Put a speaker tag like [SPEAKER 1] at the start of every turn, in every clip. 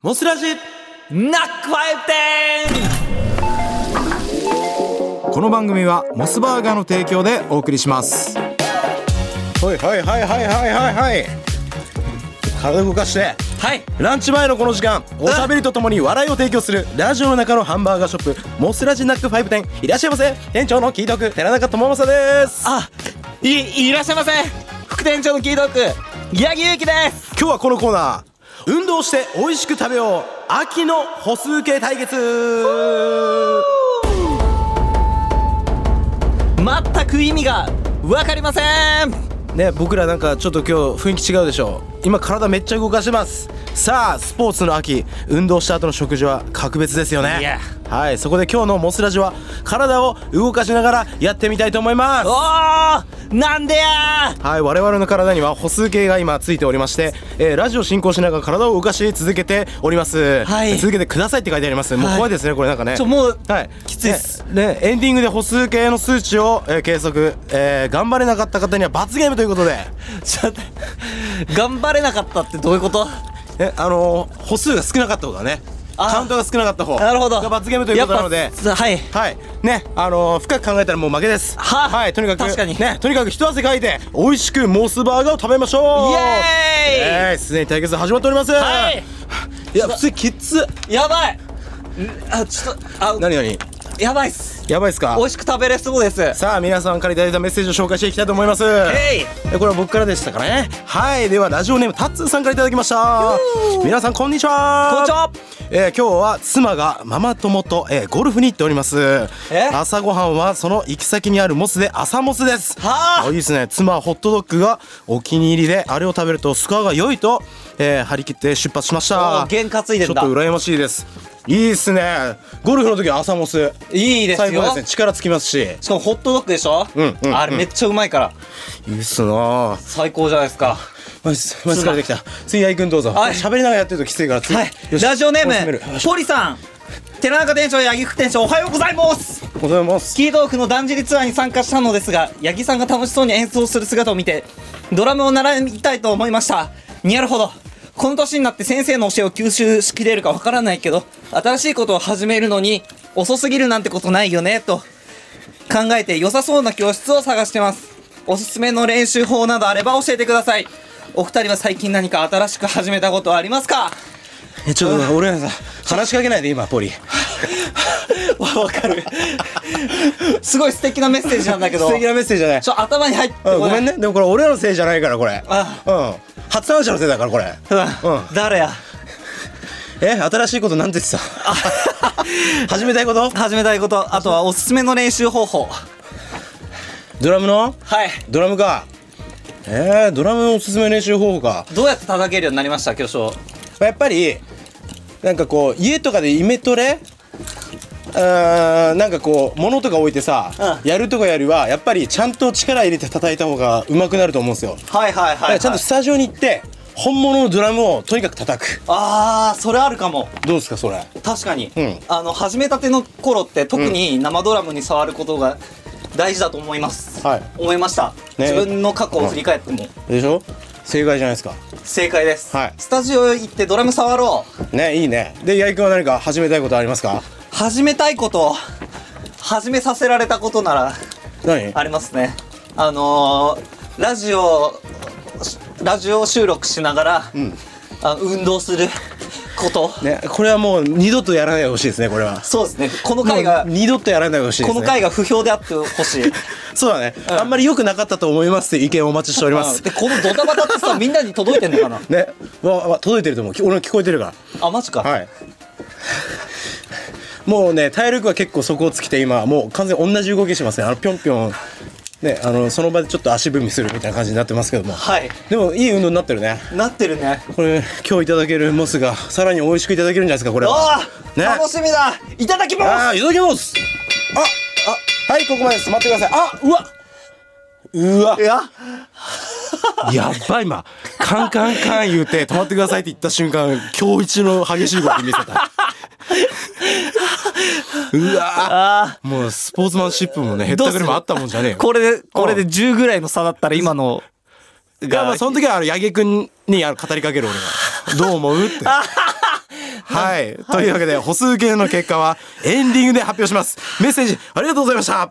[SPEAKER 1] モスラジナックファイブ
[SPEAKER 2] この番組はモスバーガーの提供でお送りします
[SPEAKER 3] はいはいはいはいはいはいはい体動かして
[SPEAKER 1] はい
[SPEAKER 3] ランチ前のこの時間おしゃべりとともに笑いを提供するラジオの中のハンバーガーショップモスラジナック5店いらっしゃいませ店長のキートク寺中智正です
[SPEAKER 1] あいいらっしゃいませ副店長のキードッグ八木ゆうきです
[SPEAKER 3] 今日はこのコーナー運動して美味しく食べよう秋の歩数計対決
[SPEAKER 1] 全く意味がわかりません
[SPEAKER 3] ね僕らなんかちょっと今日雰囲気違うでしょ今体めっちゃ動かしてますさあスポーツの秋運動した後の食事は格別ですよね
[SPEAKER 1] いや
[SPEAKER 3] はいそこで今日のモスラジは体を動かしながらやってみたいと思います
[SPEAKER 1] おーなんでや
[SPEAKER 3] はい我々の体には歩数計が今ついておりまして、えーラジオ進行しながら体を動かし続けております、
[SPEAKER 1] はい
[SPEAKER 3] 続けてくださいって書いてありますもう
[SPEAKER 1] はい
[SPEAKER 3] 怖いですねこれなんかね
[SPEAKER 1] ちょもう
[SPEAKER 3] はい、
[SPEAKER 1] きついっす
[SPEAKER 3] ねねエンディングで歩数計の数値を、えー計測、えー頑張れなかった方には罰ゲームということで
[SPEAKER 1] ちょっと頑張れなかったってどういうこと
[SPEAKER 3] えあのー歩数が少なかった方がね
[SPEAKER 1] あー
[SPEAKER 3] カウントが少なかった方
[SPEAKER 1] なるほど
[SPEAKER 3] が罰ゲームということなので
[SPEAKER 1] やっぱはい
[SPEAKER 3] はいねあのー深く考えたらもう負けです
[SPEAKER 1] はあ
[SPEAKER 3] はいとにかく
[SPEAKER 1] 確かに
[SPEAKER 3] ねとにかく一汗かいて美味しくモスバーガーを食べましょう
[SPEAKER 1] イエーイ
[SPEAKER 3] えーイすでに対決始まっております
[SPEAKER 1] はい
[SPEAKER 3] いや普通きっつ
[SPEAKER 1] やばいんあちょっとあ
[SPEAKER 3] 何何
[SPEAKER 1] やばいっす
[SPEAKER 3] やばいっすか
[SPEAKER 1] 美味しく食べれそうです
[SPEAKER 3] さあ皆さんからいただいたメッセージを紹介していきたいと思います
[SPEAKER 1] えい
[SPEAKER 3] えこれは僕からでしたかねはいではラジオネームタッツーさんからいただきました皆さんこんにちは
[SPEAKER 1] こんにちは
[SPEAKER 3] えー今日は妻がママ友と、えーゴルフに行っております
[SPEAKER 1] え
[SPEAKER 3] 朝ごはんはその行き先にあるモスで朝モスです
[SPEAKER 1] はあ
[SPEAKER 3] いいですね妻はホットドッグがお気に入りであれを食べるとスコアが良いと、えー張り切って出発しました
[SPEAKER 1] おー験担いでんだ
[SPEAKER 3] ちょっと羨ましいですいいですねゴルフの時は朝モス
[SPEAKER 1] いいですよ
[SPEAKER 3] 最後ですね力つきますし
[SPEAKER 1] しかもホットドッグでしょ、
[SPEAKER 3] うんうんうん
[SPEAKER 1] あれめっちゃうまいから
[SPEAKER 3] いいっすなあ
[SPEAKER 1] 最高じゃないですか
[SPEAKER 3] マジマジ疲れてきた次八井君どうぞ
[SPEAKER 1] はい
[SPEAKER 3] 喋りながらやってるときついから次
[SPEAKER 1] はい
[SPEAKER 3] よし
[SPEAKER 1] ラジオネ
[SPEAKER 3] 追
[SPEAKER 1] ー
[SPEAKER 3] い詰め
[SPEAKER 1] ム
[SPEAKER 3] るよし
[SPEAKER 1] ポリさん寺中店長八木副店長おはようございます
[SPEAKER 3] おはようございます
[SPEAKER 1] キートークのだんじりツアーに参加したのですが八木さんが楽しそうに演奏する姿を見てドラムを習いたいと思いましたにやるほどこの年になって先生の教えを吸収しきれるかわからないけど新しいことを始めるのに遅すぎるなんてことないよねと考えて良さそうな教室を探してますおすすめの練習法などあれば教えてくださいお二人は最近何か新しく始めたことはありますか
[SPEAKER 3] えちょっと俺らさ話しかけないで今ポリ
[SPEAKER 1] わわかるすごい素敵なメッセージなんだけ ど
[SPEAKER 3] 素敵なメッセージじゃない
[SPEAKER 1] ちょ頭に入ってこ
[SPEAKER 3] う
[SPEAKER 1] ない
[SPEAKER 3] んごめんねでもこれ俺らのせいじゃないからこれ
[SPEAKER 1] あ
[SPEAKER 3] うん発案者のせいだからこれ
[SPEAKER 1] うん
[SPEAKER 3] うん
[SPEAKER 1] 誰や
[SPEAKER 3] え新しいことなんて言ってた 始めたいこと
[SPEAKER 1] 始めたいことあとはおすすめの練習方法
[SPEAKER 3] ドラムの
[SPEAKER 1] はい
[SPEAKER 3] ドラムかえードラムのおすすめ練習方法か
[SPEAKER 1] どうやって叩けるようになりました巨匠
[SPEAKER 3] やっぱりなんかこう家とかでイメトレうーんなんかこう物とか置いてさ、
[SPEAKER 1] う
[SPEAKER 3] やるとかよりはやっぱりちゃんと力入れて叩いた方が上手くなると思うんですよ、
[SPEAKER 1] はいはい
[SPEAKER 3] だ
[SPEAKER 1] は
[SPEAKER 3] か
[SPEAKER 1] い、は
[SPEAKER 3] らちゃんとスタジオに行って本物のドラムをとにかく叩く
[SPEAKER 1] あーそれあるかも
[SPEAKER 3] どうですかそれ
[SPEAKER 1] 確かに、
[SPEAKER 3] うん
[SPEAKER 1] あの始めたての頃って特に生ドラムに触ることが大事だと思います、
[SPEAKER 3] はい
[SPEAKER 1] 思いました、
[SPEAKER 3] ね
[SPEAKER 1] 自分の過去を振り返っても
[SPEAKER 3] でしょ正解じゃないですか
[SPEAKER 1] 正解です、
[SPEAKER 3] はい
[SPEAKER 1] スタジオ行ってドラム触ろう
[SPEAKER 3] ねいいねで八重君は何か始めたいことありますか
[SPEAKER 1] 始めたいこと始めさせられたことなら
[SPEAKER 3] 何
[SPEAKER 1] ありますねあのー、ラジオラジオ収録しながら、あ運動すること
[SPEAKER 3] ねこれはもう二度とやらないでほしいですねこれは
[SPEAKER 1] そうですねこの回が、
[SPEAKER 3] もう二度とやらないでほしいです
[SPEAKER 1] こ
[SPEAKER 3] ね
[SPEAKER 1] の回が不評であってほしい
[SPEAKER 3] そうだね、
[SPEAKER 1] ん
[SPEAKER 3] あんまり良くなかったと思いますって意見をお待ちしております
[SPEAKER 1] うんでこのドタバタってさみんなに届いてんの かな
[SPEAKER 3] ね、わわ届いてると思うき俺も聞こえてるか
[SPEAKER 1] あマジから
[SPEAKER 3] はいもうね体力は結構底をつきて今もう完全に同じ動きしてますねあのぴょんぴょんねあのその場でちょっと足踏みするみたいな感じになってますけども
[SPEAKER 1] はい
[SPEAKER 3] でもいい運動になってるね
[SPEAKER 1] なってるね
[SPEAKER 3] これ今日いただけるモスがさらに美味しくいただけるんじゃないですかこれは
[SPEAKER 1] ああ、
[SPEAKER 3] ね
[SPEAKER 1] 楽しみだいただきます
[SPEAKER 3] あーいただきますああはいここまでです待ってくださいあうわうわ
[SPEAKER 1] いや
[SPEAKER 3] やっばい今カンカンカン言うて止まってくださいって言った瞬間今日一の激しい動き見せ たうわ
[SPEAKER 1] あ
[SPEAKER 3] もうスポーツマンシップもねヘッ
[SPEAKER 1] どう
[SPEAKER 3] ダ
[SPEAKER 1] す
[SPEAKER 3] グ
[SPEAKER 1] る
[SPEAKER 3] ルもあったもんじゃねえ
[SPEAKER 1] あ
[SPEAKER 3] よ
[SPEAKER 1] これでこれで10ぐらいの差だったら今の
[SPEAKER 3] いやまあその時はあの八木君にあの語りかける俺が「どう思う?」って
[SPEAKER 2] はい、というわけで歩数計の結果はエンディングで発表しますメッセージありがとうございました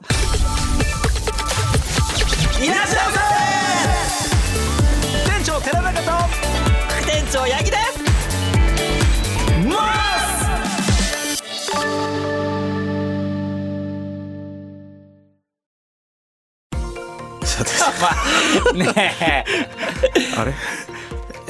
[SPEAKER 1] いらっしゃいませ店長寺中と副店長八木です ね
[SPEAKER 2] あれ
[SPEAKER 1] え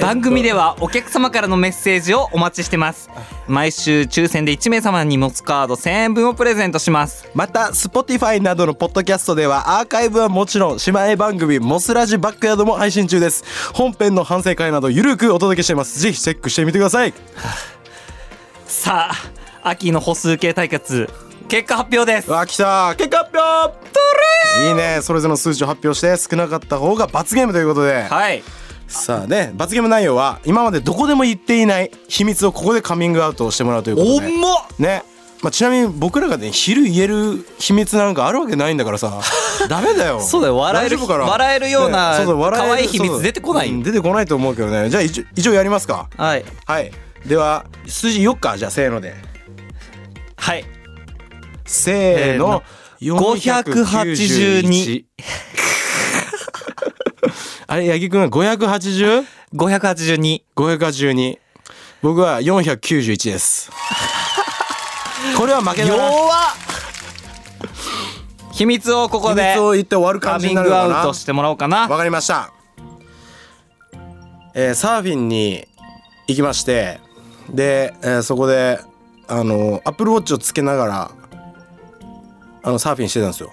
[SPEAKER 1] 番組ではお客様からのメッセージをお待ちしてます毎週抽選で1名様に持つカード1000円分をプレゼントします
[SPEAKER 3] また Spotify などのポッドキャストではアーカイブはもちろん姉妹番組「モスラジバックヤード」も配信中です本編の反省会などゆるくお届けしていますぜひチェックしてみてください
[SPEAKER 1] さあ秋の歩数計対決結果発表です
[SPEAKER 2] わあ来た結果発表いいねそれぞれの数値を発表して少なかった方が罰ゲームということで
[SPEAKER 1] はい
[SPEAKER 2] さあね
[SPEAKER 3] 罰ゲーム内容は今までどこでも言っていない秘密をここでカミングアウトをしてもらうということで
[SPEAKER 1] 重っ
[SPEAKER 3] ねまあ、ちなみに僕らがね昼言える秘密なんかあるわけないんだから さダメだよ
[SPEAKER 1] そうだよ笑える
[SPEAKER 3] 大丈夫かな
[SPEAKER 1] 笑えるような
[SPEAKER 3] そうそう笑える
[SPEAKER 1] 可愛い秘密
[SPEAKER 3] そう
[SPEAKER 1] 出てこない
[SPEAKER 3] うん出てこないと思うけどねじゃあ一応一応やりますか
[SPEAKER 1] はい
[SPEAKER 3] はいでは数字言おっかじゃあせーので
[SPEAKER 1] はい
[SPEAKER 3] せーの
[SPEAKER 1] 582
[SPEAKER 3] あれ八木くん 580?582
[SPEAKER 1] 582
[SPEAKER 3] 僕は491です これは負けだ
[SPEAKER 1] 弱
[SPEAKER 3] な
[SPEAKER 1] っ秘密をここで
[SPEAKER 3] 秘密を言って終わる
[SPEAKER 1] カ
[SPEAKER 3] 感じ
[SPEAKER 1] ミ
[SPEAKER 3] に
[SPEAKER 1] ン
[SPEAKER 3] なる
[SPEAKER 1] グ
[SPEAKER 3] のか
[SPEAKER 1] アウ
[SPEAKER 3] な
[SPEAKER 1] トしてもらおうかな
[SPEAKER 3] わかりました、えーサーフィンに行きましてで、えーそこであのアップルウォッチをつけながらあのサーフィンしてたんですよ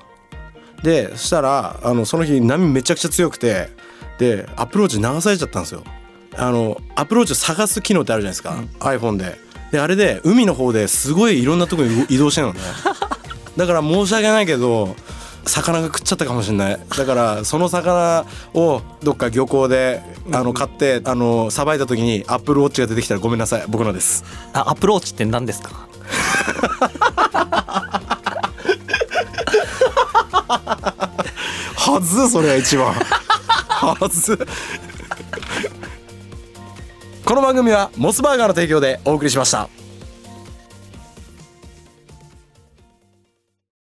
[SPEAKER 3] でそしたらあのその日波めちゃくちゃ強くてでアップルウォッチ流されちゃったんですよあのアップルウォッチを探す機能ってあるじゃないですか、iPhone でであれで海の方ですごいいろんなとこに移動してるのねだから申し訳ないけど魚が食っちゃったかもしれないだからその魚をどっか漁港であの買ってあのさばいた時にアップルウォッチが出てきたらごめんなさい僕のです
[SPEAKER 1] あアプローチって何ですか
[SPEAKER 2] はずそれが一番
[SPEAKER 3] はずこの番組はモスバーガーの提供でお送りしました